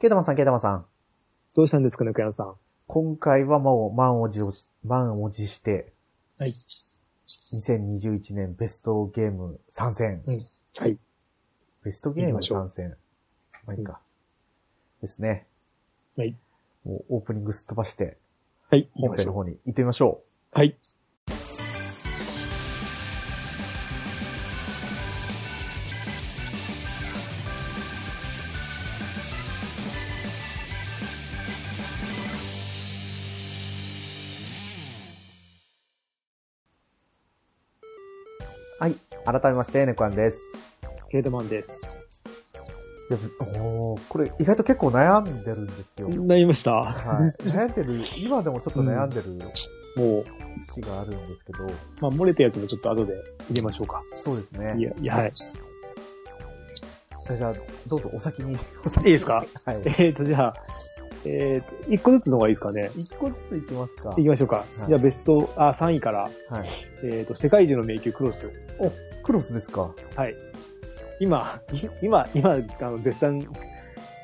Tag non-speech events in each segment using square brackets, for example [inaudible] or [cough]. ケイタマンさん、ケイタマンさん。どうしたんですかね、奥山さん。今回はもう満を持し、満を持して、はい。 2021年ベストゲーム参戦。はい。ベストゲー行きムましょう参戦。まあいいか。ですね。はい。もうオープニングすっ飛ばして、はい。行き本ま編しのょ方に行ってみましょう。はい。う。はい。改めまして、ネコアンです。ケイドマンです。いやぶおーこれ意外と結構悩んでるんですよ。なりました。 [laughs] はい。悩んでる、今でもちょっと悩んでるもう、節があるんですけど、まあ、漏れたやつもちょっと後で入れましょうか。そうですね。いや、いや、はい。それじゃあ、どうぞお先に。いいですかはい。 [laughs] えーと、じゃあ、えーと、一個ずつの方がいいですかね。一個ずついきますか。いきましょうか。じゃあ、ベスト、あ、3位から、はい。えーと、世界中の迷宮クロス。クロスですか。はい。今、い今、今、あの、絶賛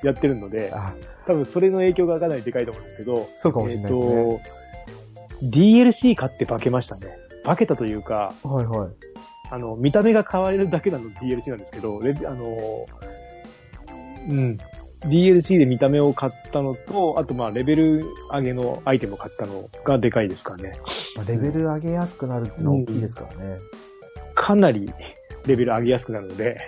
やってるので、あ、多分それの影響がかなりでかいと思うんですけど、そうかもしえれっないですね。と、DLC 買って化けましたね。化けたというか、はいはい。あの、見た目が変わるだけなの DLC なんですけど、レビあの、うん。DLC で見た目を買ったのと、あとまあレベル上げのアイテムを買ったのがでかいですかね。まあ、レベル上げやすくなるっていうのは大きいですからね。かなり [laughs] レベル上げやすくなるので、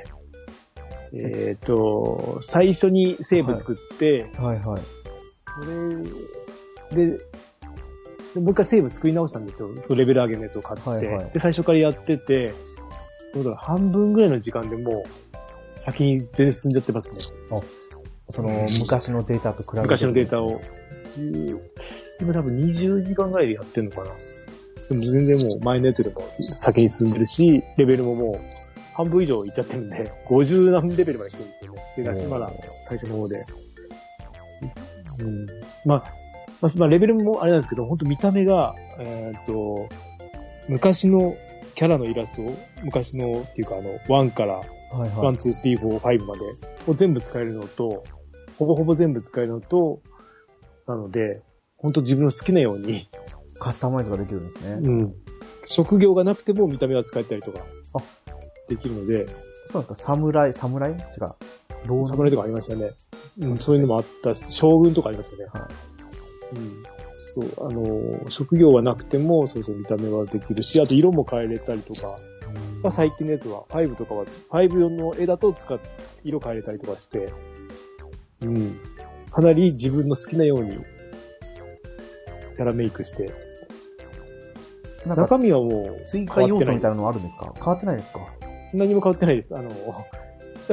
えっ、と、最初にセーブ作って、はいはい。それで、でもう一回セーブ作り直したんですよ。レベル上げのやつを買って。はいはいで、最初からやってて、どうだろう、半分ぐらいの時間でもう、先に全然進んじゃってますね。その、昔のデータと比べて。昔のデータを。10今多分20時間ぐらいでやってんのかな。でも全然もう前のやつよりも先に進んでるし、レベルももう半分以上いっちゃってるんで、50何レベルまで来てるんですよね。で、だしまだ最初の方で。うん。まあ、まあ、まあ、レベルもあれなんですけど、本当見た目が、えーっと、昔のキャラのイラストを、昔のっていうかあの、1からはいワはン、い。ツー、スリー、フォー、ファイブまでを全部使えるのと、ほぼほぼ全部使えるのと、なので、本当自分の好きなように、カスタマイズができるんですね。うん。職業がなくても見た目は使えたりとか、あできるので、そうなんですか、侍、侍違う。老人侍とかありましたね。うん、そういうのもあったし、将軍とかありましたね。はうん。そう、あのー、職業はなくても、そうそう見た目はできるし、あと色も変えれたりとか、まあ、最近のやつは、5とかは、5用の絵だと使っ、色変えれたりとかして、うん。かなり自分の好きなように、キャラメイクして、い。なんか、中身はも追加要素みたいなのはあるんですか変わってないですかう、何も変わってないです。あの、だ [laughs] か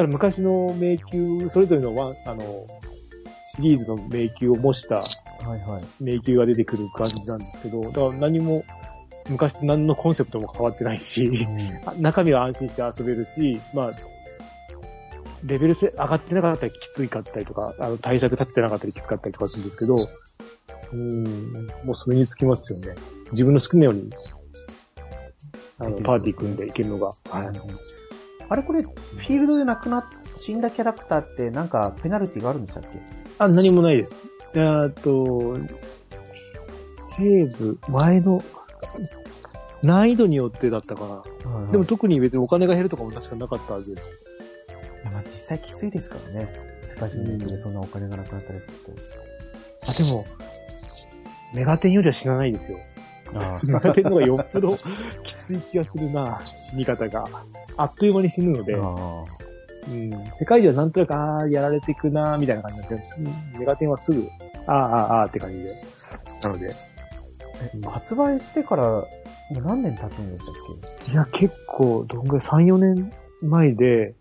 ら昔の迷宮、それぞれのワン、あの、シリーズの迷宮を模したはいはい。迷宮が出てくる感じなんですけど、だから何も、昔と何のコンセプトも変わってないし、あ中身は安心して遊べるし、まあ、レベルせ上がってなかったりきついかったりとか、あの対策立ってなかったりきつかったりとかするんですけど、うん、もうそれにつきますよね。自分の好きなように、あの、パーティー組んでいけるのが。はいあれこれ、フィールドで亡くなっ、死んだキャラクターってなんかペナルティがあるんでしたっけあ、何もないです。えーっと、セーブ、前の、難易度によってだったかな。でもい特に別にお金が減るとかも確かなかったはずです。や、まあ実際きついですからね。世界中の人でそんなお金がなくなったりするあ、でも、メガテンよりは死なないですよ。と。 [laughs] あメガテンの方がよっぽどきつい気がするな、死に方が。あっという間に死ぬので、あ。うん、世界中はなんとなく、ああ、やられていくな、みたいな感じになってます、メガテンはすぐ、ああ、ああ、あーって感じで。なので、え発売してから、もう何年経つんでしたっいや、結構、どんぐらい、3、4年前で、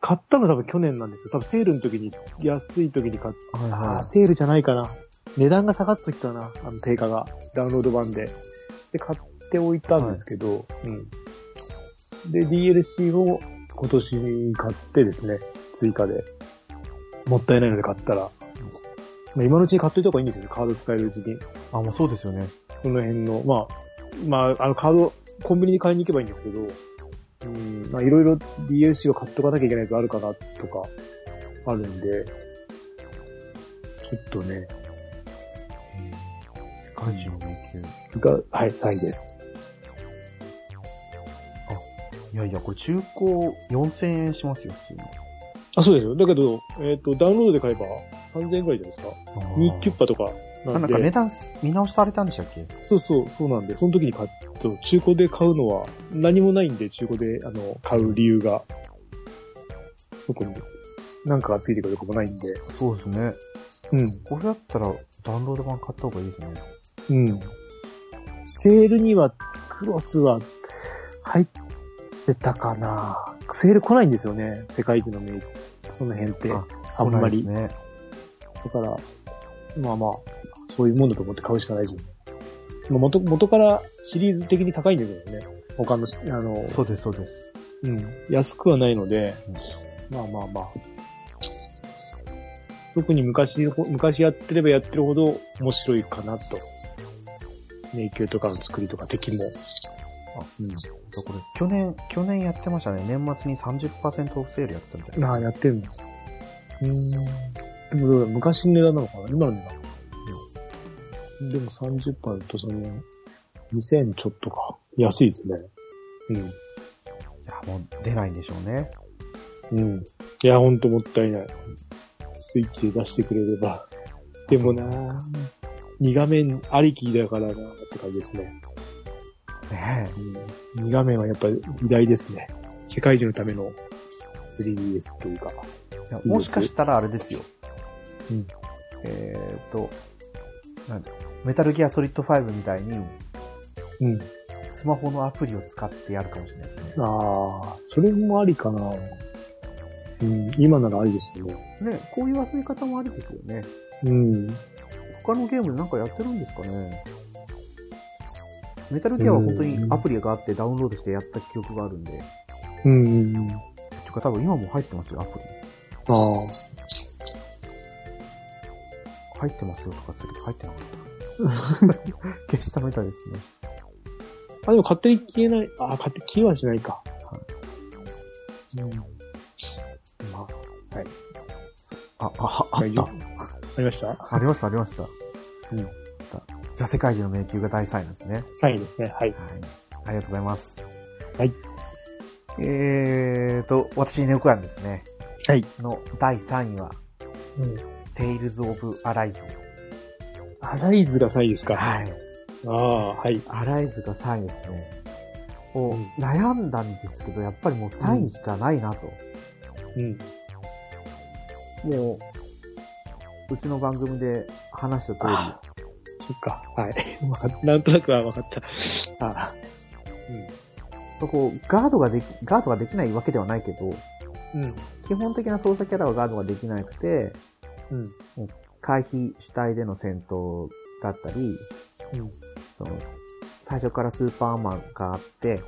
買ったの多分去年なんですよ。多分セールの時に、安い時に買っけはいあーセールじゃないかな。値段が下がった時かな、あの定価が。ダウンロード版で。で、買っておいたんですけど、うん。で、DLC を今年買ってですね、追加で。もったいないので買ったら。まあ、今のうちに買っといた方がいいんですよね、カード使えるうちに。あ、もうそうですよね。その辺の、まあ、まあ、あの、カード、コンビニに買いに行けばいいんですけど、うん、まあ、いろいろ DLC を買っとかなきゃいけないやつあるかな、とか、あるんで、ちょっとね、ガジオの級。が、はい、3位です。いやいや、これ中古4000円しますよ、普通に。あ、そうですよ。だけど、えっ、と、ダウンロードで買えば3000円ぐらいじゃないですか。2キュッパとかあなんなんで。か値段見直しされたんでしたっけそうそう、そうなんで、その時に買っと、中古で買うのは何もないんで、中古であの買う理由が、特に、なんかがついてくるとこもないんで。そうですね。うん。これだったらダウンロード版買った方がいいですね。うん。セールには、クロスは入ってたかなセール来ないんですよね、世界一のメイク。その辺ってあ。あんまり。これないですね。だから、まあまあ、そういうもんだと思って買うしかないし。まあ元元からシリーズ的に高いんですよね。他のし、あの、そうです、そうです。うん、安くはないので、まあまあまあ。特に昔の、昔やってればやってるほど面白いかなと。迷宮とかの作りとか敵も。あうん。いやこれ、去年、去年やってましたね。年末に30%オフセールやってたみたいな。ああ、やってんの。うーん。でもどうだろう昔の値段なのかな今の値段。でも30パとその、2000ちょっとか。安いですね。うん。いや、もう出ないんでしょうね。うん。いや、ほんともったいない。スイッチで出してくれれば。でもなぁ、2画面ありきだからなぁって感じですね。ねうん、2画面はやっぱり偉大ですね。世界中のための 3DS というか。え。いやもしかしたらあれですよ。うんえーっと、なんだメタルギアソリッド5みたいに、うん。スマホのアプリを使ってやるかもしれないですね。ああ、それもありかなぁ。うん、今ならありですよね。ね、こういう遊び方もありですよね。うん。他のゲームでなんかやってるんですかね。メタルギアは本当にアプリがあってダウンロードしてやった記憶があるんで。うんうん。あていうか多分今も入ってますよ、アプリ。あ。入ってますよとかすると入ってなか [laughs] った。消したみたいですね。あ、でも勝手に消えない。ああ、勝手に消えはしないか。はうん。まあ、あ、はあ大っ丈た夫。ありましたありました、ありました。うんあったじゃあ世界中の迷宮が第3位なんですね。サインですね。ははい。い。ありがとうございます。はい。えーと、私、ネオクランですね。はい。の第3位は、うん。テイルズ・オブ・アライズ。アライズが3位ですか。はい。ああ、はい。アライズが3位ですね。をうん悩んだんですけど、やっぱりもう3位しかないなと。うん。もう、うちの番組で話した通あそっか。はい。 [laughs] わかっなんとなくは分かった。ああ。り、こう、ガードができ、ガードができないわけではないけど、うん。基本的な操作キャラはガードができなくて、うん。回避主体での戦闘だったり、うん。その最初からスーパーマンがあって、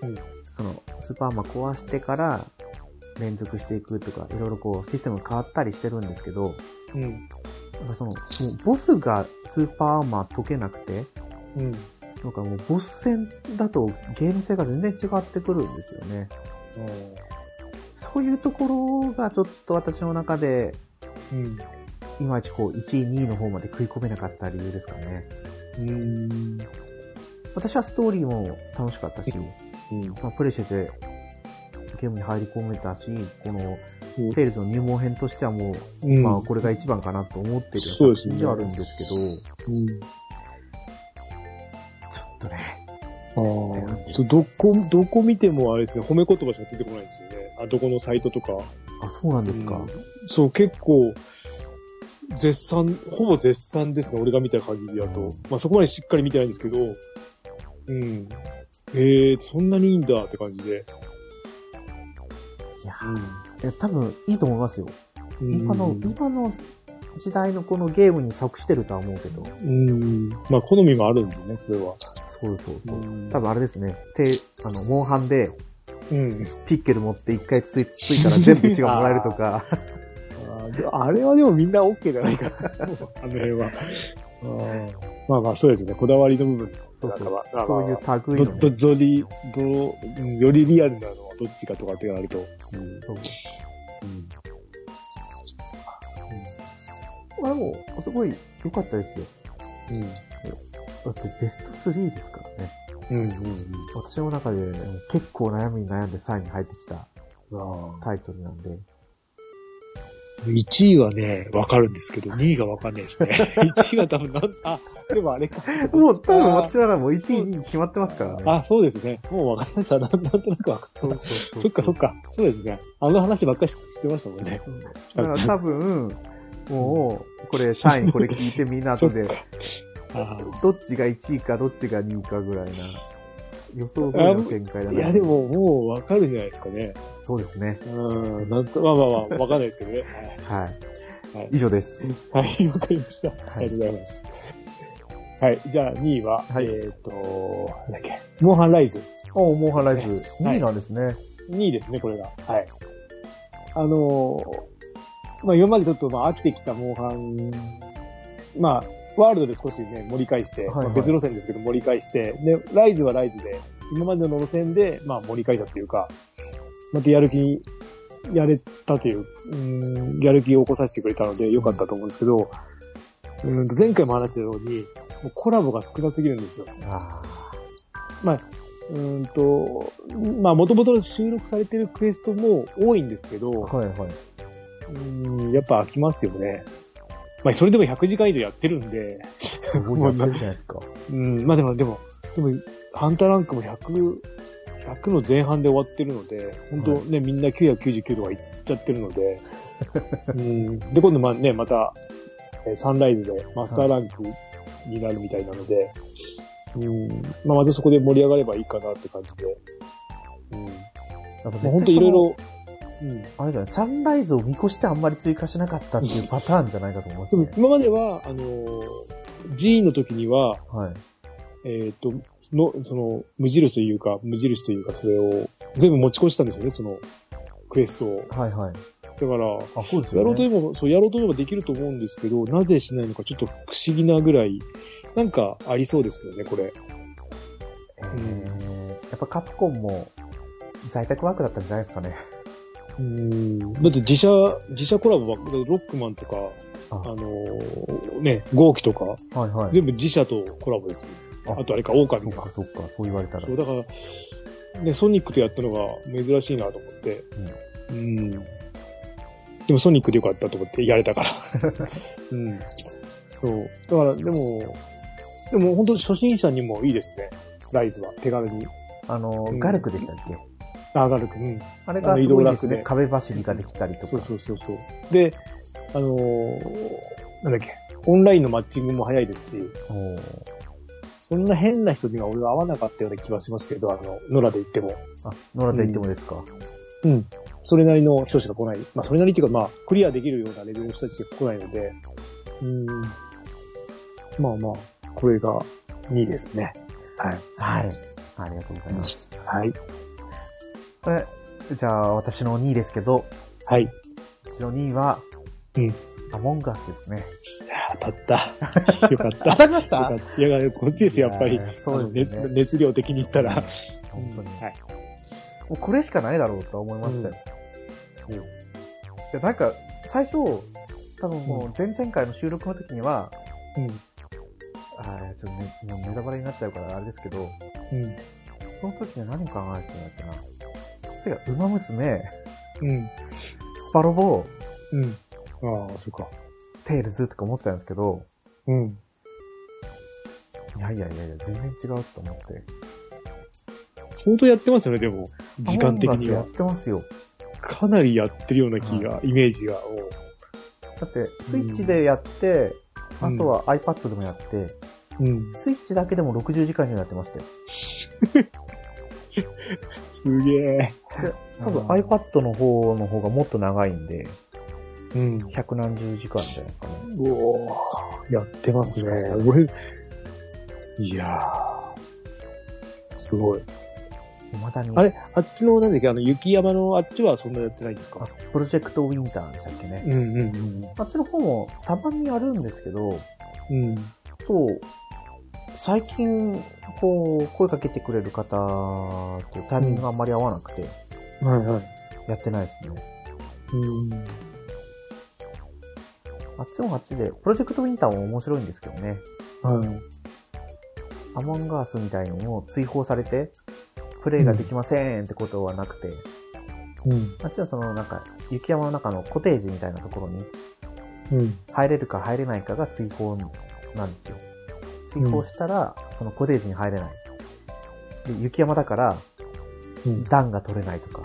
うんそのスーパーマン壊してから連続していくとか、いろいろこうシステム変わったりしてるんですけど、うん。なんかその、もうボスがスーパーアーマー解けなくて、うん。なんかもうボス戦だとゲーム性が全然違ってくるんですよね。そういうところがちょっと私の中で、うん。いまいちこう1位2位の方まで食い込めなかった理由ですかね。うん。私はストーリーも楽しかったし、うん。まあ、プレシェでゲームに入り込めたし、このうんテイルズの入門編としてはもうう、ん。まあこれが一番かなと思ってるそうです作ね品ではあるんですうん。けど、ちょっとね、ああ。そうどこ、どこ見てもあれですね、褒め言葉しか出てこないんですよね。あ、どこのサイトとか。あ、そうなんですか。うんそう、結構、絶賛、ほぼ絶賛ですね、俺が見た限りだと。まあそこまでしっかり見てないんですけど、うん。えー、そんなにいいんだって感じで。いや、うん。いや多分いいと思いますよ。うん今の、今の時代のこのゲームに即してるとは思うけど、うん。まあ好みもあるんでね、これは。そうそうそう。うん多分あれですね、てあの、モンハンでうん。ピッケル持って一回ついついたら全部石がもらえるとか、あーであれはでもみんな OK じゃないかな。 [laughs] あの辺は。 [laughs] あーまあまあそうですね、こだわりの部分。そうなんそうかまあまあ、そういう類ど、の、ど、ね、ぞり、ど、うんよりリアルなのはどっちかとかってなると。うんそううんこはもう、すごい良かったですよ。だってベスト3ですからね。うん。うん。うん。私の中で、結構悩みに悩んで3位に入ってきたうん。タイトルなんで。 1位はね、わかるんですけど、2位がわかんない [laughs] ですね。1位は多分なん、あ、でもあれか。もう多分私ならもう1位、2位決まってますからね。あ、そうですね。もうわかりました。なんなんとなくわかったそう。そうそうそっかそっか。そうですね。あの話ばっかりしてましたもんね。うんだから多分、もう、これ、社員これ聞いてみんな後で、あどっちが1位かどっちが2位かぐらいな予想通りの展開だなーいや、で、も、もうわかるんじゃないですかね。そうですね。うん。なんと、まあまあまあ、わかんないですけどね。はい。はい以上です。はい、わかりました。あいりがとうございます。はい、じゃあ2位は、はいえっ、と、なんだっけ、モンハンライズ。おモンハンライズ、はい2位なんですね。 2位ですね、これが。はい。あのーまあ今までちょっとまあ飽きてきたモンハン、まあ、ワールドで少しね、盛り返して、はいはいまあ別路線ですけど盛り返して、で、ライズはライズで、今までの路線で、まあ盛り返したっていうか、またやる気に、やれたという、うーん、やる気を起こさせてくれたので良かったと思うんですけど、うーんと前回も話したように、もうコラボが少なすぎるんですよ。あまあ、うーんと、まあ、もともと収録されてるクエストも多いんですけど、あはいはいうーん、やっぱ飽きますよね。まあ、それでも100時間以上やってるんで、すごいやってるじゃないですか。うん、まあでも、でも、でも、ハンターランクも100、100の前半で終わってるので、本当はいね、みんな999とかいっちゃってるので、 [laughs] うん、で、今度まあね、また、えーサンライズでマスターランクになるみたいなので、うん、まあまたそこで盛り上がればいいかなって感じで、うん、やまっぱあ本当いろい。ろ、うん、あれだね、サンライズを見越してあんまり追加しなかったっていうパターンじゃないかと思いますでもね。今までは、あのー、G の時には、はい。えっ、と、の、その、無印というか、無印というか、それを、全部持ち越したんですよね、その、クエストを。はいはい。だから、あ、そうですやろようとね。思えば、そう、やろうと思えばできると思うんですけど、なぜしないのか、ちょっと不思議なぐらい、なんかありそうですけどね、これ。えーやっぱカプコンも在宅ワークだったんじゃないですかね。うん。だって自社、自社コラボばっかり、ロックマンとか、ああのーね、号機とか、はいはい。全部自社とコラボですよ、ああとあれか、オオカそミっかか。そっか、そう言われたらそう、。だから、ね、ソニックとやったのが珍しいなと思って、うん。でもソニックでよかったと思って、やれ [laughs] たから。うん。そう。だから、でも、でも本当初心者にもいいですね。ライズは、手軽に。あのう、んガルクでしたっけあ、軽く。うん。あれがあのす移ご動いです楽でね。壁走りができたりとそうか。そうそうそう。で、あのーなんだっけ、オンラインのマッチングも早いですし、おーそんな変な人には俺は合わなかったような気はしますけど、あの、野良で行っても。あ、野良で行ってもですか。うん。それなりの人しか来ない。まあ、それなりっていうか、まあ、クリアできるようなレベルの人たちしか来ないので、うん。まあまあ、これが2位ですね。はい。はい。ありがとうございます。はい。えじゃあ、私の2位ですけど、はい。私の2位は、うんアモンガスですね。当た [laughs] った。よかった。当たりましよかった。いや、こっちですよ、やっぱりい。やーそうですねあの熱熱量的に言ったら。本当に。もはい。うこれしかないだろうとは思いましたよ。うんいや、なんか、最初、多分もう前々回の収録の時には、うあーちょっとね、もうネタバレになっちゃうからあれですけど、ん。その時に何考えてたんだっけな。てか、馬娘、うん。スパロボ、うん。うん。ああ、そうか。テイルズとか思ってたんですけど、うん。いやいやいやいや、全然違うと思って。相当やってますよね、でも。時間的にアモはン。ガスやってますよ。かなりやってるような気が、イメージが。おうだって、スイッチでやって、うんあとは iPad でもやって、うん。スイッチだけでも60時間以上やってましたよ。すげえ。多分うん iPad の方の方がもっと長いんで、うん。百何十時間じゃないですかね。うおーやってますね。俺、いやー、すごい。未だに。あれ、あっちの、なんだっけ、あの、雪山のあっちはそんなやってないんですあかプロジェクトウィンターでしたっけね。うんうんうんあっちの方もたまにやるんですけど、うん。うん。そう、最近、こう、声かけてくれる方とタイミングがあんまり合わなくて、はいはい。やってないですね。うん。ああっちもあっちで、プロジェクトウィンターも面白いんですけどね。うん。アモンガースみたいのも追放されて、プレイができませんってことはなくて、うん。あっちはそのなんか、雪山の中のコテージみたいなところにうん。入れるか入れないかが追放なんですよ。追放したら、そのコテージに入れない。で、雪山だから、うん。段が取れないとか、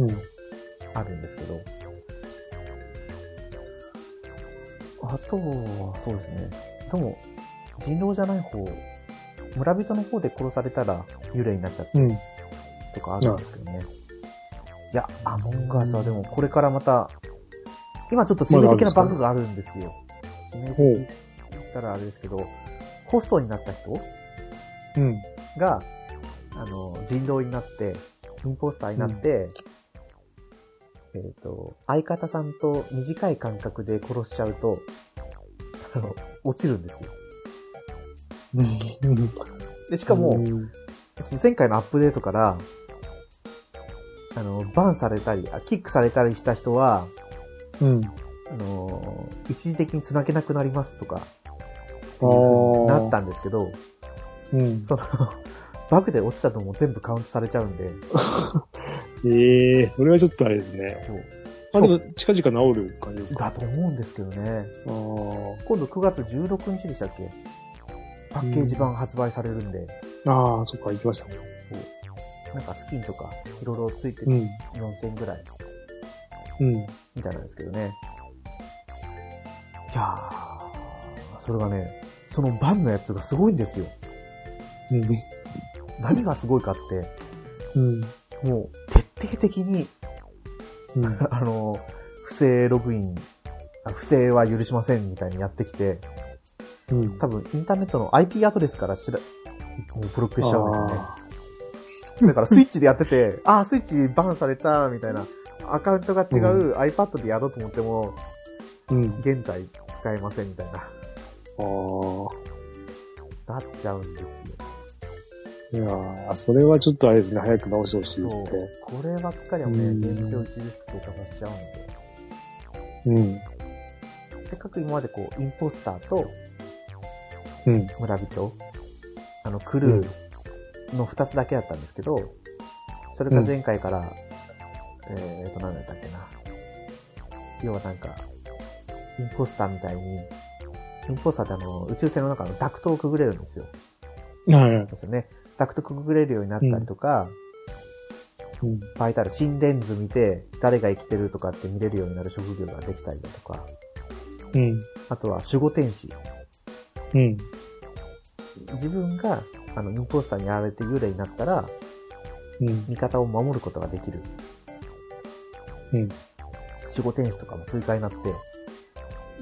うん。あるんですけど。あとは、そうですね。でも、人狼じゃない方、村人の方で殺されたら幽霊になっちゃったうん。とかあるんですけどね。いや、アモンガースはでもこれからまた、今ちょっと致命的なバグがあるんですよ。致命ほ的だったらあれですけど、ホストになった人うん。が、あの、人狼になって、インポスターになって、えっ、と、相方さんと短い間隔で殺しちゃうと、あの、落ちるんですよ。うん。しで、しかも、うん。その前回のアップデートから、あの、バンされたり、あキックされたりした人は、うん。あの、一時的に繋げなくなりますとか、あーなったんですけど、うん。その、バグで落ちたのも全部カウントされちゃうんで、ええそれはちょっとあれですね。そうまあでも、近々治る感じですかだと思うんですけどね。あー今度9月16日でしたっけパッケージ版発売されるんで、あー、そっか、行きましたね。なんかスキンとかいろいろついてう4000ん。円ぐらいうん。みたいなんですけどね。いやー、それがね、そのバンのやつがすごいんですよ。うん。何がすごいかって、うん。もう徹底的に、 [laughs] うん。あの、不正ログイン、あ不正は許しませんみたいにやってきて、うん。多分インターネットの IP アドレスからしら、もうブロックしちゃうんですよね。あだからスイッチでやってて、あー、スイッチバンされた、みたいな。アカウントが違う iPad でやろうと思っても、ーうん。現在使えませんみたいな。ああ。なっちゃうんですいやーそれはちょっとあれですね、早く直してほしいよ。ですそうね。。こればっかりはね、うん現状著しく低下させちゃうんうん。で。せっかく今までこう、インポスターとうん。村人、あの、クルーの二つだけだったんですけど、それが前回から、えーと、なんだったっけな。要はなんか、インポスターみたいに、インポスターってあの、宇宙船の中のダクトをくぐれるんですよ。はいはい。ですよね。ダクトくぐれるようになったりとか、うん。バイタル、心電図見て、誰が生きてるとかって見れるようになる職業ができたりだとか、うん。あとは守護天使。うん。自分が、あの、インポスターにやられて幽霊になったら、うん。味方を守ることができる。うん。守護天使とかも追加になって、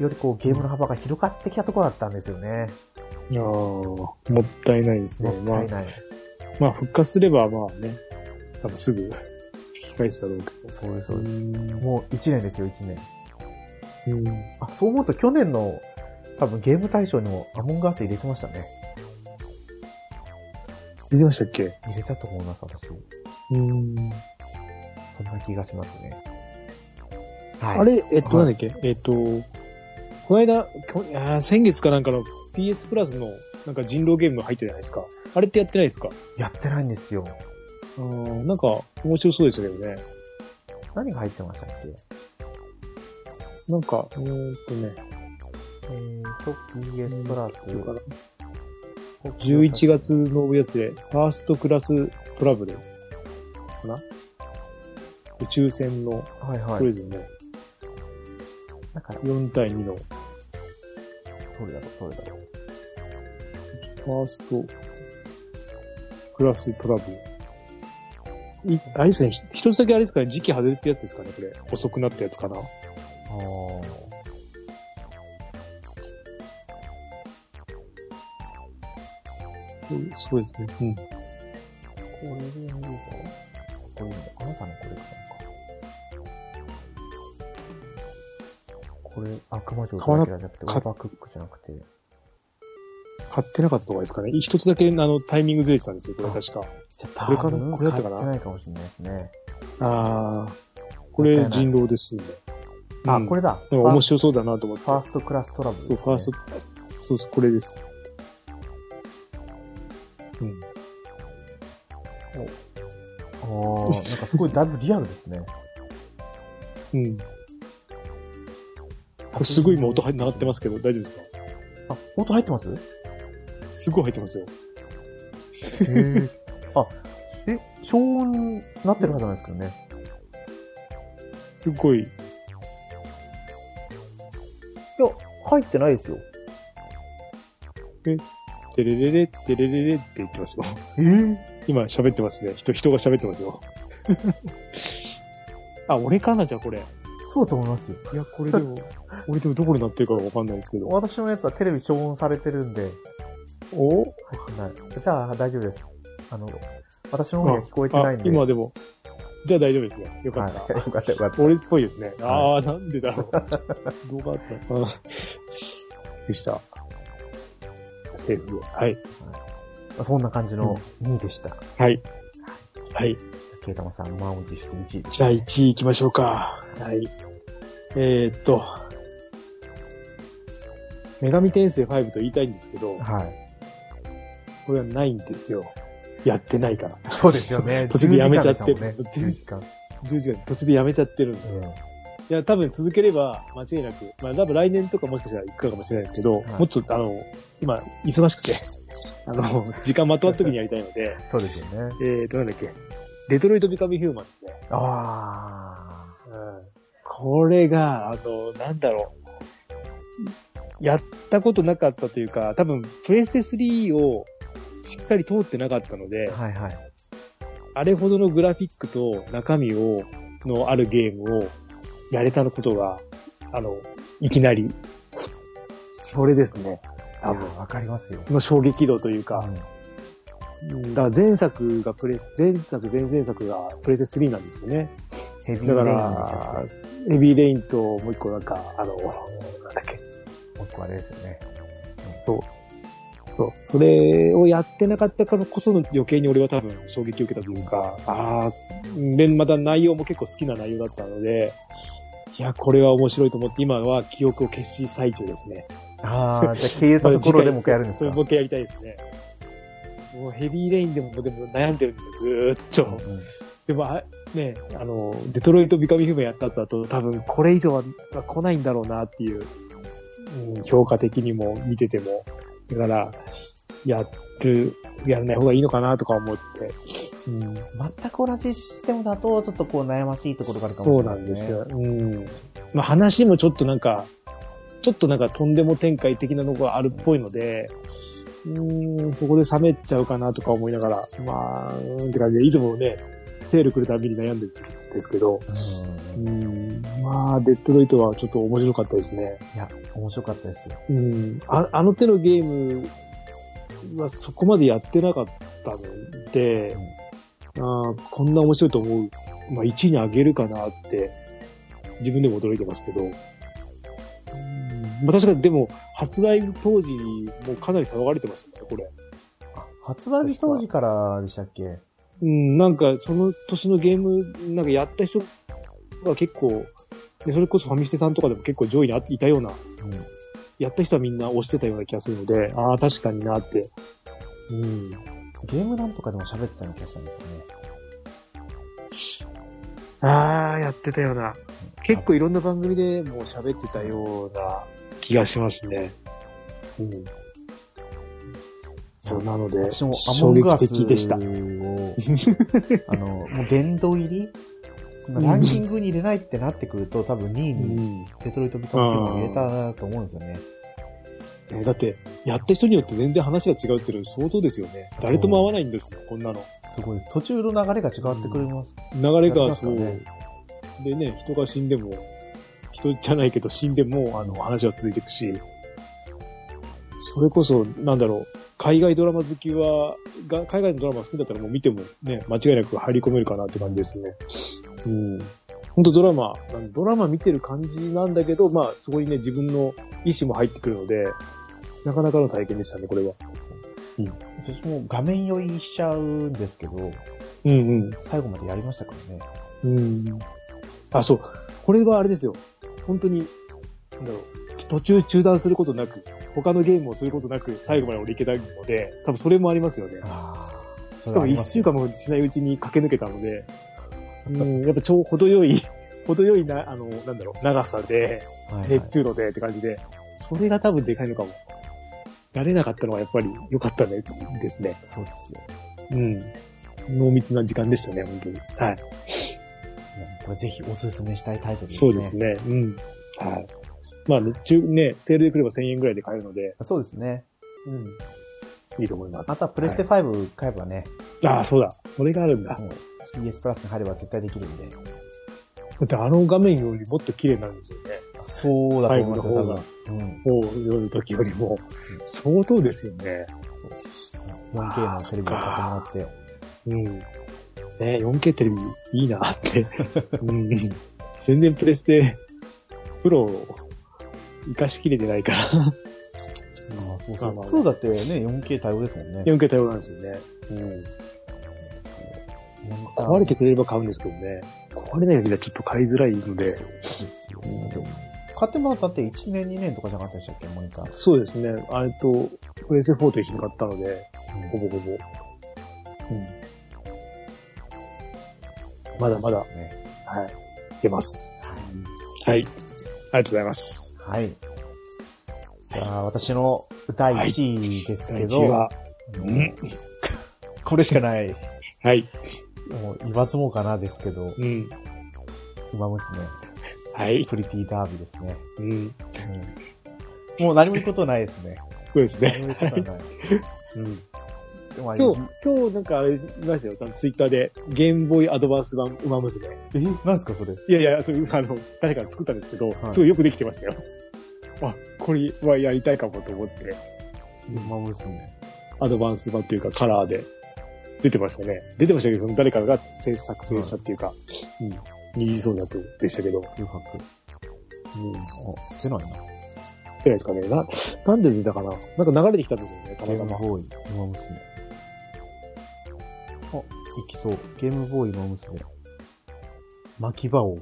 よりこうゲームの幅が広がってきたところだったんですよね。ああ、もったいないですね。もったいまあ、ない。まあ、復活すれば、まあね、多分すぐ、引き返すだろうけそうです、ど。そうです。ん。もう1年ですよ、1年。うん。あ、そう思うと去年の多分ゲーム大賞にもアモンガース入れてましたね。出てましたっけ入れたと思います、私。うん。そんな気がしますね。はい。あれ、えっと、はないんだっけえっと、この間、こあー先月かなんかの PS プラスの、なんか人狼ゲーム入ってるじゃないですか。あれってやってないですかやってないんですよ。うん。なんか、面白そうでしたけどね。何が入ってましたっけなんか、うーんとね、えーと、PS プラどうかなス。 11月のやつで、ファーストクラストラブルかな宇宙船の、はいはこれい。ですよね、なんか、 4対2どのれだろう、どれだろう。ファーストクラストラブル。いあれですね、ひ一つだけあれですかね、時期外れってやつですかね、これ。遅くなったやつかな。あーうんそうですね。うん。これで見るかこれ見るあなたのコレクションか。これ、悪魔城だけじゃなくて、オ買わーなバークックじゃなくて。買ってなかったとかですかね。一つだけ、あの、タイミングずれてたんですよ、これ確か。じゃ、これかなこれだった買かなってないかもしれないですね。ああ。これ、人狼ですね。あ、うんこれだ。なんか面白そうだなと思って。ファーストクラストラブルですそう、ね、ファースト、そうそう、これです。うん。あーなんかすごいだいぶリアルですね。うん。これすごい今音入って鳴ってますけど、大丈夫ですかあ、音入ってますへすごい入ってますよ。ーあ、え、消音なってるはずなんですけどね。すごい。いや、入ってないですよ。てれれれ、てれれれって言ってますよ。 [laughs] えー、今喋ってますね。人、人が喋ってますよ。 [laughs] あ、俺かなじゃあこれ。そうだと思いますよ。いや、これで [laughs] も、俺でもどこになってるかがわかんないですけど。私のやつはテレビ消音されてるんで、お入ってない。じゃあ大丈夫です。あの、私の方が聞こえてないんあで。今でも。じゃあ大丈夫ですね。よかはっい、た。よかったよかった。俺っぽいですね。あはあ、なんで [laughs] だろう。どうかあったあーでした。セーフ。はい。 [laughs] そんな感じの2位でした。はい。はい。ケイタマさん、満を持して1位。じゃあ1位行きましょうか。はい。えーっと。女神転生5と言いたいんですけど、はい。これはないんですよ。やってないから。そうですよ [laughs] ね。途中でやめちゃって10時間でしたもんね10時間。 10時間途中でやめちゃってるんで。いや、多分続ければ間違いなく、まあ多分来年とかもしかしたら行くかもしれないですけど、はいもっとあの、今、忙しくて、 [laughs] あの、時間まとまった時にやりたいので、そうですよね。 [laughs] えーと、なんだっけ、デトロイト・ビカム・ヒューマンですね。あうん。これが、あの、なんだろう。やったことなかったというか、多分、プレステ3をしっかり通ってなかったのであ。、はいはい。あれほどのグラフィックと中身を、のあるゲームをやれたことが、あの、いきなり、それですね。多分いやわかりますよ。の衝撃度といううか、んうんだから前作がプレス、前作、前々作がプレステ3なんですよね。ヘビーだかレインでしたっら、ヘビーレインともう一個なんか、あの、なんだっけ、け僕はあれですよね。そう。そう。それをやってなかったからこその余計に俺は多分衝撃を受けたというか、ああ、で、また内容も結構好きな内容だったので、いや、これは面白いと思って、今は記憶を消し最中ですね。ああ、じゃあ経由たところでもう一回やるんですそれかもう一回やりたいですね。もうヘビーレインでも、でも悩んでるんですよ、ずーっと。うんでもあ、ね、あの、デトロイト・ビカミフーマンやった後だと、多分これ以上は来ないんだろうなっていう、うん、評価的にも見てても。だから、やる、やらない方がいいのかなとか思って。うん、全く同じシステムだと、ちょっとこう悩ましいところがあるかそもうしれなないんですでね。すよ。うん。まあ話もちょっとなんか、ちょっとなんかとんでも展開的なのがあるっぽいので、うーん、そこで冷めちゃうかなとか思いながら、まあ、うーんって感じで、いつもね、セール来るたびに悩んでるんですけど、ううんん、まあ、デッドロイトはちょっと面白かったですね。いや、面白かったですよ。うん、ああの手のゲームはそこまでやってなかったので、あーこんな面白いと思う。まあ、1位に上げるかなって、自分でも驚いてますけど。うんまあ、確かにでも、発売当時にもうかなり騒がれてましたね、これ。あ発売日当時からでしたっけうん、なんかその年のゲーム、なんかやった人が結構、でそれこそファミステさんとかでも結構上位にあいたよううなんやった人はみんな押してたような気がするので、ああ、確かになって。うん。ゲームなんとかでも喋ってたような気がしたんですよね。ああ、やってたような。結い構いろんな番組でもう喋ってたような気がしますね。うん。そうなのでい、私もア衝モングアス撃的でした。を、 [laughs] あの、もう殿堂入りランキングに入れないってなってくると、多分2位うにんデトロイトビカムヒューマンを入れたなと思うんですよね。えだって、やった人によって全然話が違うっていうのは相当ですよね。誰とも合わないんですもん、こんなの。すごいです。途中の流れが違ってくれます。流れ違いがますかそらう。ねでね、人が死んでも、人じゃないけど死んでも、あの、話は続いていくし、それこそ、なんだろう、海外ドラマ好きは、が海外のドラマ好きだったらもう見てもね、間違いなく入り込めるかなって感じですね。うん。本当ドラマ、ドラマ見てる感じなんだけど、まあ、そこにね、自分の意思も入ってくるので、なかなかの体験でしたね、これは。私も画面酔いしちゃうんですけど、うん最後までやりましたからね。うん。うん。あ、そう。これはあれですよ。本当に、なんだろう、途中中断することなく、他のゲームをすることなく、最後まで俺いけたので、多分それもありますよね。ああ。しかも一週間もしないうちに駆け抜けたので、うん、やっぱ超程よい、 [laughs] 程よいな、あの、なんだろう、長さで、間はい、はい熱。中度でって感じで、それが多分でかいのかも。慣れなかったのはやっぱり良かったね、ですね。そうですよ。うん。濃密な時間でしたね、本当に。はい。うんこれぜひおすすめしたいタイトルですそね。うです。ね。うん。はい。まあ、中、ね、セールで来れば1000円ぐらいで買えるので、そうですね。うん。いいと思います。あとはプレステ5買えばね、はいああ、そうだ。それがあるんだ。もう PS プラスに入れば絶対できるんで。だってあの画面よりもっと綺麗なんですよね。そうだと思いますよ、多5の方が分。うん。もう、夜の時よりも。相当ですよね。 4K のテレビを買ってもらって。うん。ね 4K テレビいいなって。 [laughs] うん。全然プレステ、プロを活かしきれてないから。ああそうまあそまうあそうだってね、4K 対応ですもんね。 4K 対応なんですよね。うん。壊れてくれれば買うんですけどね。壊れない時はちょっと買いづらいので。うんでも買ってもらったって1年、2年とかじゃなかったでしたっけ、モニター。そうですね。あれと、プレステ4と一緒に買ったので、ほうんぼほぼ。うん。まだまだそうですねはい。いけます。はい。ありがとうございます。はい。じゃあ、私の第1位ですけど、次は、うん [laughs] これしかない、はい。もう言わずもかなですけど、うん。馬娘、はい。プリティダービーですね。うん。うんもう何も言うことないですね。そうです何 [laughs] ね。も言うことはない。うんでもあれ今日、今日なんかあれ、見ましたよ。あのツイッターで、ゲームボーイアドバンス版、ウマ娘。え、なんですかそれ。いやいや、それ、あの、誰かが作ったんですけど、はいすごいよくできてましたよ。あ、これはやりたいかもと思って、馬娘。アドバンス版っていうか、カラーで出てましたね。出てましたけど、その誰かが制作成したっていうか、うん。二次創作でしたけど、空白。うん。あ、出ないな。じゃないですかね。な、なんで出たかななんか流れてきたんですよね、たゲまームたま。ボーイ、馬娘。あ、いきそう。ゲームボーイ、馬娘。巻き場王。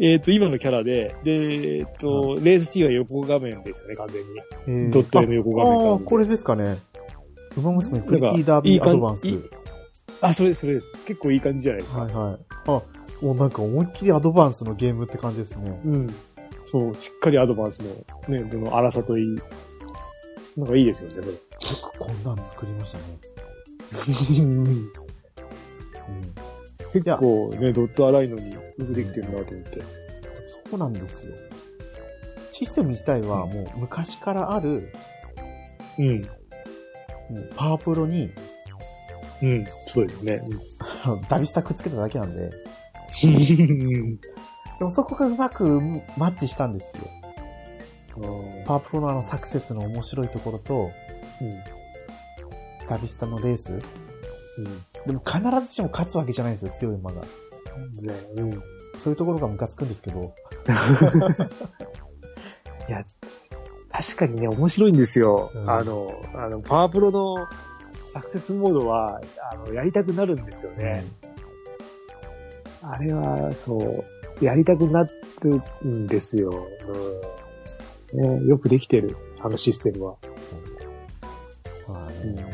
えっ、と、今のキャラで、で、えっ、と、レースシーンは横画面ですよね、完全に。えードット絵の横画面からああー、これですかね。馬娘プリティダービーアドバンス。いい感あ、それ、それです。結構いい感じじゃないですか。はいはい。あ、もうなんか思いっきりアドバンスのゲームって感じですね。うん。そう、しっかりアドバンスの、ね、この荒さといい。なんかいいですよね、これ。よくこんなの作りましたね。うん。結構ね、ドット荒いのによくできてるなと思って。そうなんですよ。システム自体はもう昔からある、うもん。うパワープロに、うん。そうですね。あのダビスタくっつけただけなんで、うん。でもそこがうまくマッチしたんですよ。パワープロのあのサクセスの面白いところと、ダビスタのレース。うでも必ずしも勝つわけじゃないんですよ、強い馬が。ん。ね、うん。そういうところがムカつくんですけど。確かにね、面白いんですよ。うんあの、あの、パワープロのサクセスモードは、あの、やりたくなるんですよね。あれは、そう、やりたくなるんですよ。うん。ね、よくできてる、あのシステム [laughs] は。まあうねん。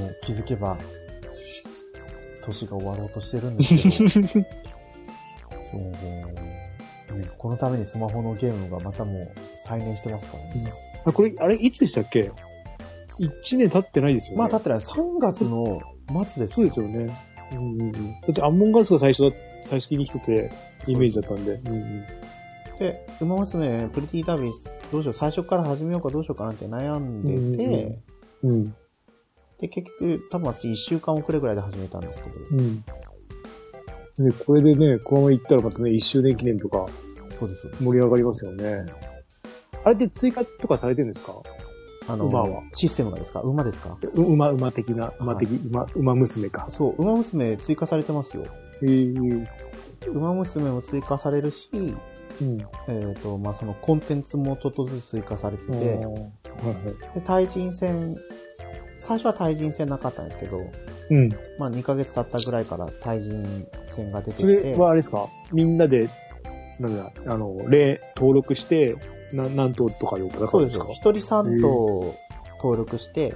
もう気づけば、年が終わろうとしてるん [laughs] ですけどそうねこのためにスマホのゲームがまたもう再燃してますからね。あこれ、あれ、いつでしたっけ ?1 年経ってないですよね。まあ、経ってない。3月の末ですそうですよね。うんうんうん。だって、アンモンガスが最初だ、最初に来てて、イメージだったんで。うんうん。で、馬娘、プリティダービー、どうしよう、最初から始めようかどうしようかなって悩んでて、うんうんうん。で、結局、多分あっち1週間遅れぐらいで始めたんですけど、うん。で、これでね、このまま行ったらまたね、1周年記念とかそうです、そうです。盛り上がりますよね。あれって追加とかされてるんですかあ馬はシステムがですか馬ですかう馬、馬的な、馬的、馬、馬娘か。そう、馬娘追加されてますよ。えー、馬娘も追加されるし、うん。えっ、と、まあ、そのコンテンツもちょっとずつ追加されてて、で、で、はいはい。対人戦、最初は対人戦なかったんですけど、うん。まあ、2ヶ月経ったぐらいから対人線が出てそきれて、はあれですかみんなで、なんだ、あの、例登録して、な何頭とか呼ぶそうですよ。か一人三頭登録して、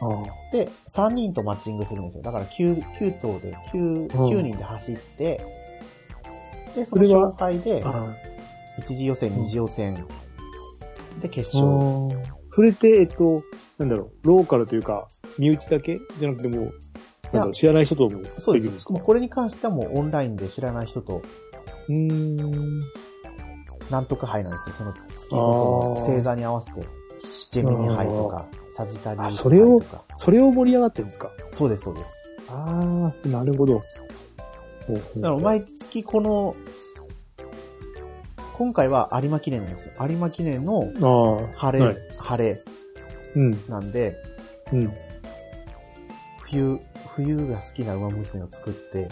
ああで、3人とマッチングするんですよ。だから9、九頭で、9、うん九人で走って、で、そそれのは紹介で、ああ。一次予選、うん二次予選、で、決勝。それって、えっと、なんだろう、ローカルというか、身内だけじゃなくてもう、なんだろ、いうや知らない人ともでそうきでるんす。ですかもうこれに関してはもうオンラインで知らない人と、うーん。なんとか杯なんですよ。その月ごとの星座に合わせて、ジェミニ杯とか、サジタリウスあそれを杯とか。それを盛り上がってるんですかそうです、そうです。ああ、すなるほど。ほうほうだから毎月この、今回は有馬記念なんですよ。有馬記念のああ、晴れ、はい晴れうん、なんで、うん、冬、冬が好きな馬娘を作って、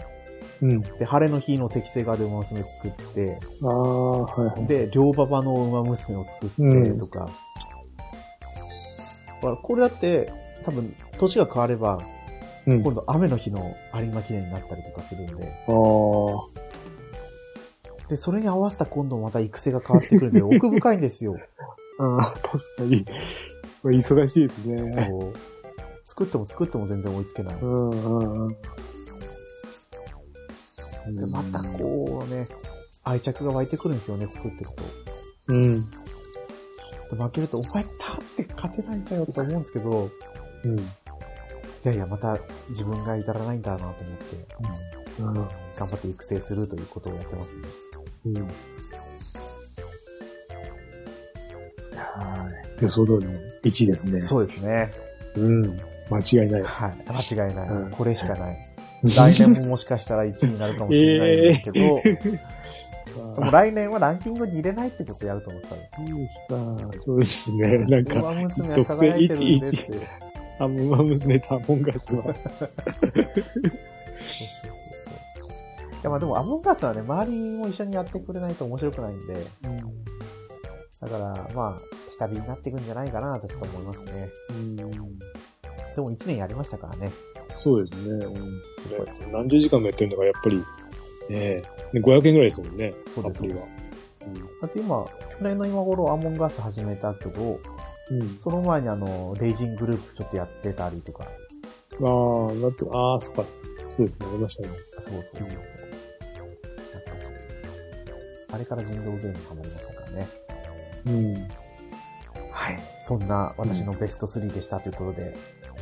うん。で、晴れの日の適正側で馬娘を作って、ああ、はいはい。で、両馬場の馬娘を作ってとか。ほらこれだって、多分、年が変われば、うん、あ今度雨の日の有馬記念になったりとかするんで、あ、で、それに合わせた今度また育成が変わって [laughs] くるんで、奥深いんですよ。ああ、確かに。これ忙しいですね。そう。作っても作っても全然追いつけない。うん、うん、うん。で、またこうね、愛着が湧いてくるんですよね、作ってると。う。うん、で負けると、お前立って勝てないんだよとか思うんですけど、うん。いやいや、また自分が至らないんだなと思って、頑うん張って育成するということをやってますね。うん。はい。予想通りの1位ですね。そうですね。うん。間違いない。はい。間違いない。うんこれしかない。来年ももしかしたら1位になるかもしれないんですけど、でも来年はランキングに入れないってことやると思ってた [laughs] ね。そうでした。 [laughs] そうですね。なんか、馬娘は輝いてるんでって。あんま娘とアモンガスは。そうそうそうそういやまあでもアモンガスはね、周りも一緒にやってくれないと面白くないんで、だからまあ、下火になっていくんじゃないかなとちょっと思いますね。うん。でも1年やりましたからね。そうですね。うん、何十時間もやってるのが、やっぱり、ねえ、500円ぐらいですもんね、そうアですプリは。だって今、去年の今頃アモンガス始めたけど、うん。その前にあの、レイジングループちょっとやってたりとか、ああ、なって、ああ、そっか。そうですね、ありましたね。そうそうそうそう。懐かしいあれから人道ゲームにハマりましたからね。うん。はい。そんな私のベスト3でしたということで、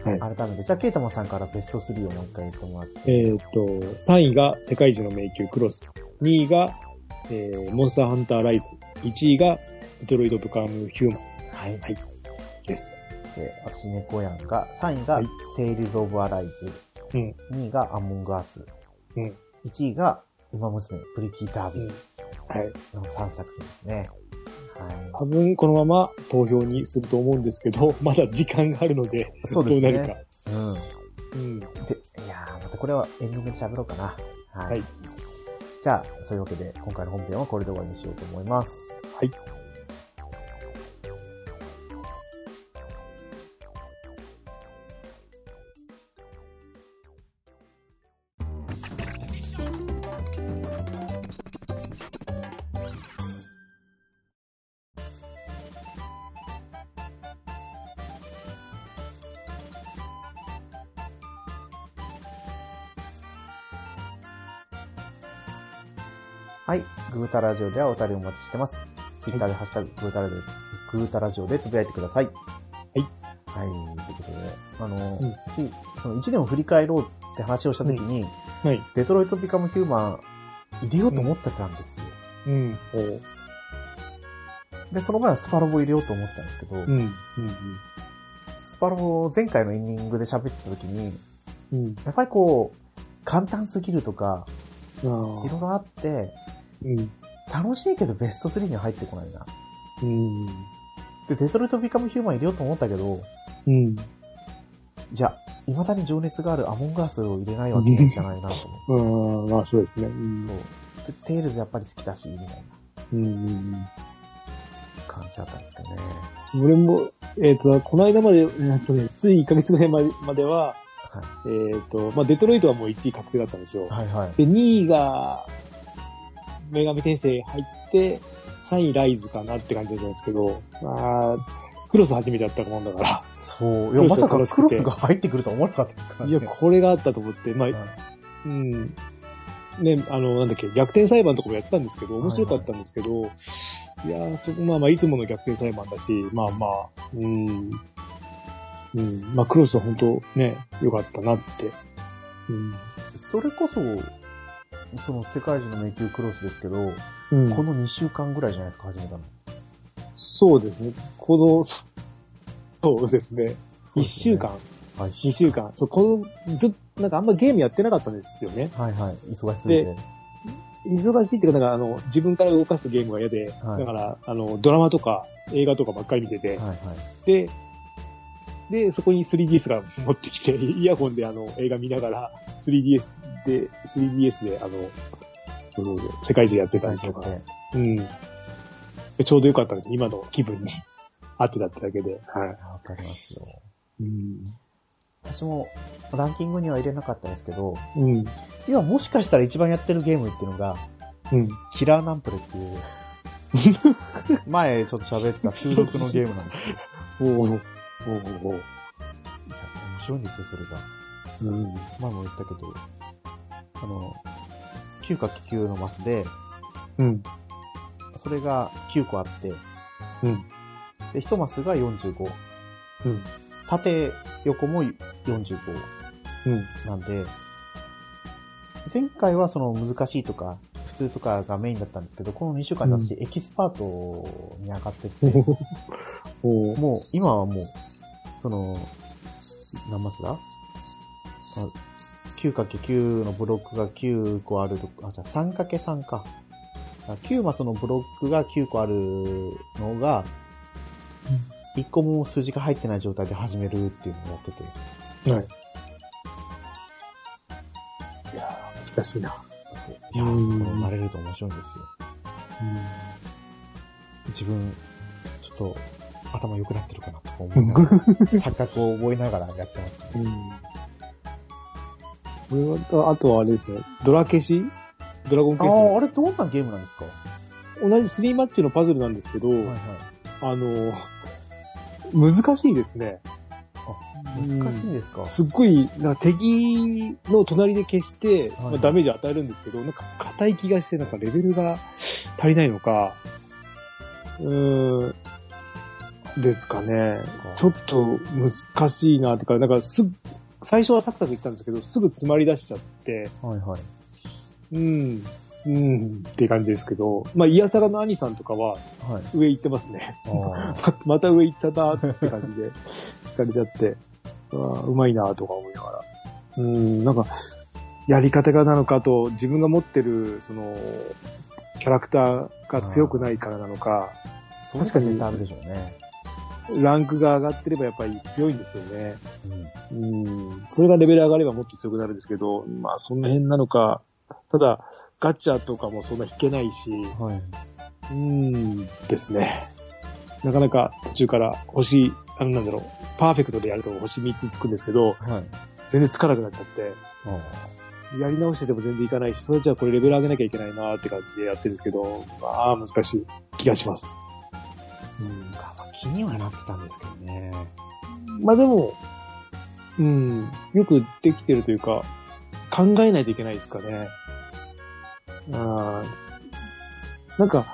はい改めて、じゃあケイタマンさんからベスト3をもう一回言ってもらって、えーっ、と、3位が世界一の迷宮クロス。2位が、えーモンスターハンターライズ。1位がデトロイド・ブカム・ヒューマンはい。です。で、私、猫やんが、3位がはい、テイルズ・オブ・アライズ、うん2位が、アモング・アース、うん1位が、馬娘、プリティ・ダービーはい。の3作品ですね。は多分このまま投票にすると思うんですけど、まだ時間があるので、い。そうですね。どうなるか。ううん。ん。で、いやー、またこれはエンディングで喋ろうかな。はい。はいじゃあ、そういうわけで、今回の本編はこれで終わりにしようと思います。はい。。はい。グータラジオではお便りお待ちしてます。ツイッターでハッシュタグ、グータラジオ、グータラジオでつぶやいてください。はいはい。ということで、あの、うんしその1年を振り返ろうって話をしたときに、はい。デトロイトビカムヒューマン入れようと思ってたんですよ。うん。おうで、その前はスパロボ入れようと思ってたんですけど、うん。スパロボを前回のエンディングで喋ってたときに、うん。うん。やっぱりこう、簡単すぎるとか、いああ。ろいろあって、うん。楽しいけどベスト3には入ってこないな。うん。で、デトロイトビカムヒューマン入れようと思ったけど、うん。いや、未だに情熱があるアモンガースを入れないわけにはいかないなと思うん。まあそうですね。うう。ん。そう。で、テイルズやっぱり好きだし、みたいなうんうん。感じだったんですけどね。俺も、えっ、と、この間まで、えっ、とね、つい1ヶ月ぐらいまでまでは、えっ、と、まあ、デトロイトはもう1位確定だったんですよ。はいはい。で、2位が、女神転生入って、3位ライズかなって感じだったんですけど、まあ、クロス初めてやったもんだかそう。いや、まさかククロロススが楽しくて、が入ってくるとは思わなかったですかららいね。や、これがあったと思って、まあは、いうん。ね、あの、なんだっけ、逆転裁判とかもやってたんですけど、はいは面い白かったんですけど、いやーそこ、まあまあ、いつもの逆転裁判だし、まあまあ、うん。うん。まあ、クロスは本当ね、良かったなって。うん。それこそ、その世界中の迷宮クロスですけど、うん、この2週間ぐらいじゃないですか、始めたの。そうですね。この、そそうですね。1週間、はい、 2週間。そう、この、ずっなんかあんまゲームやってなかったんですよね。はいはい。忙しすぎて。忙しいっていうか、なんかあの、自分から動かすゲームが嫌で、はいだから、あの、ドラマとか映画とかばっかり見てて、はいはい。で、で、そこに 3DS が持ってきて、 [laughs] イヤホンであの、映画見ながら、3DS で、3DS であの、その、世界中やってたりとか、うん。ちょうどよかったんですよ今の気分に [laughs] 合ってたってだけで。はわかりますよ。い。うん。私もランキングには入れなかったですけど、うん。今もしかしたら一番やってるゲームっていうのが、うん。キラーナンプレって [laughs] いう、前ちょっと喋った収録のゲームなんですけど、おおおいおおや面白いんですよ、それが。うん。前も言ったけど、あの、9×9 のマスで、うん。それが9個あって、うん。で、1マスが45。うん。縦、横も45うん。なんで、前回はその難しいとか、普通とかがメインだったんですけど、この2週間で私エキスパートに上がって [laughs] って、おおもう今はもう、その、何マスだあ ?9×9 のブロックが9個あるとあ、じゃあ 3×3 か。あ9マスのブロックが9個あるのが、1個も数字が入ってない状態で始めるっていうのをやってて、はい。いやー、難しいな。いやうんー、これ慣れると面白いんですよ。自分、ちょっと頭良くなってるかなとか思いながら、錯覚を覚えながらやってますね。うん。これは、あとはあれですね、ドラ消しドラゴンあ消あ、しあれどんなゲームなんですかは同じスリーマッチのパズルなんですけど、いはい。あの、難しいですね。難しいんですか、すっごい、なんか敵の隣で消して、はいまあ、ダメージ与えるんですけど、なんか硬い気がして、なんかレベルが足りないのか、うーん、ですかね。ちょっと難しいなってか、なんかす、最初はサクサクいったんですけど、すぐ詰まり出しちゃって、はいはい。うん、うん、って感じですけど、まあ、イヤサガの兄さんとかは [laughs] はい。上行ってますね。あま [laughs] また上行ったなって感じで、疲れちゃって、うわうまいなとか思いながら。うん、なんか、やり方がなのかと、自分が持ってる、その、キャラクターが強くないからなのか、あ、そうしか絶対あるでしょうね。ランクが上がってればやっぱり強いんですよね。うん。うん、それがレベル上がればもっと強くなるんですけど、まあその辺なのか、ただ、ガチャとかもそんな引けないし、はい。うーんですね。なかなか途中から星、あのなんだろう、パーフェクトでやると星3つつくんですけど、はい。全然つかなくなっちゃって、あやり直してても全然いかないし、それじゃあこれレベル上げなきゃいけないなーって感じでやってるんですけど、まあ難しい気がします。うんあ。まあ気にはなってたんですけどね。まあでも、うん、よくできてるというか、考えないといけないですかね。あーなんか、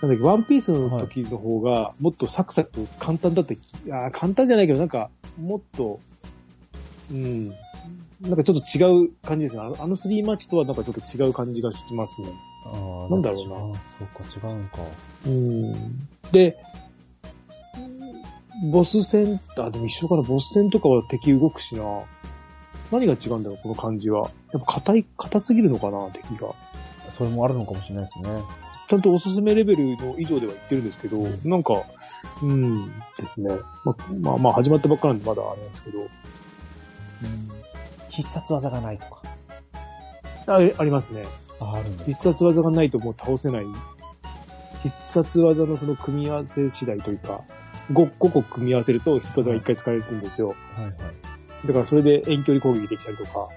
なんだっけ、ワンピースの時の方が、もっとサクサク簡単だって、あー簡単じゃないけど、なんか、もっと、うん、なんかちょっと違う感じですね。あのあのスリーマッチとはなんかちょっと違う感じがしますね。ああなんだろうな。そっか、違うんか。うんで、ボス戦、あ、でも一緒かな、ボス戦とかは敵動くしな。何が違うんだろう、この感じは。やっぱ硬い、硬すぎるのかな、敵が。それもあるのかもしれないですね。ちゃんとおすすめレベルの以上では言ってるんですけど、うんなんか、うん、ですね。ま、まあまあ、始まったばっかなんでまだあれなんですけど。必殺技がないとか。あありますね。あ、あるんだ。必殺技がないともう倒せない。必殺技のその組み合わせ次第というか、5, 5個組み合わせると必殺技が1回使われるんですよ。はいはい。だからそれで遠距離攻撃できたりとか、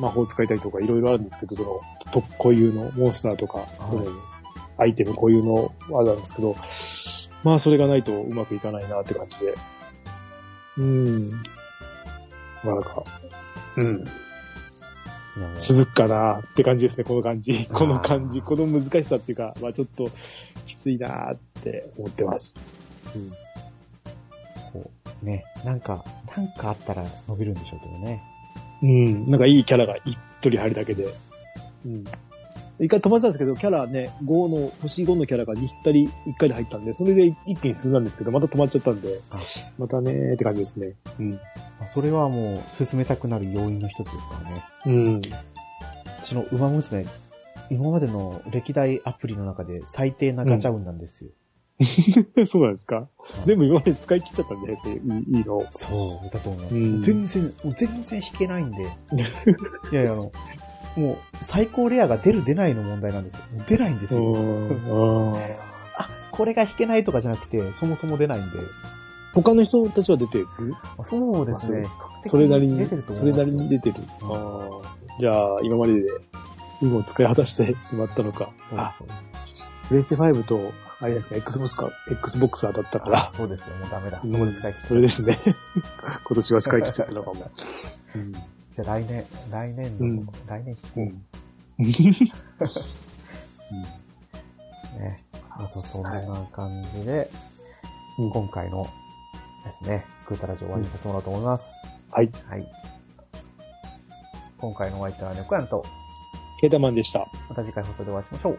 魔法使いたりとかいろいろあるんですけど、その、と固有のモンスターとか、いこのアイテム固有のあれなんですけど、まあそれがないとうまくいかないなって感じで。うん。なかなか、うん、なんか続くかなって感じですね、この感じ。あーこの感じ、この難しさっていうか、まあちょっときついなって思ってます。うん。こう、ね、なんか、なんかあったら伸びるんでしょうけどね。うん、なんかいいキャラが一人入るだけで。うん。一回止まったんですけど、キャラね、5の、星5のキャラが2人、1回で入ったんで、それで一気に進んだんですけど、また止まっちゃったんであ、またねーって感じですね。うん。まあそれはもう、進めたくなる要因の一つですからね。うん。その、ウマ娘、今までの歴代アプリの中で最低なガチャ運なんですよ。そうなん [laughs] ですか全部今まで使い切っちゃったんで、そういういいいの。そう、だと思う。うん全然、もう全然引けないんで。 [laughs] いやいや、あの、もう、最高レアが出る出ないの問題なんですよ。もう出ないんですうよ。ん。あーあ、これが引けないとかじゃなくて、そもそも出ないんで。 [laughs] 他の人たちは出てるあそうですね。それなりに出てると、思そいれますなりに出てる。あーじゃあ、今までで、運を使い果たしてしまったのか。あ、そうプレステ5と、あれですか、Xbox か、Xbox 当たったから、そうですよ。もうダメだ。そうんこで使い切っちゃうそれですね。 [laughs] 今年は使い切っちゃったのかも。 [laughs] うん。じゃあ来年、来年の、うん来年う引こん。うね。あとそんな感じで、うん今回のですね、クータラジオ終わりにさせてもらおうと思います。はい。はい。今回のお相手はネコヤンと、ケータマンでした。あまた次回放送でお会いしましょう。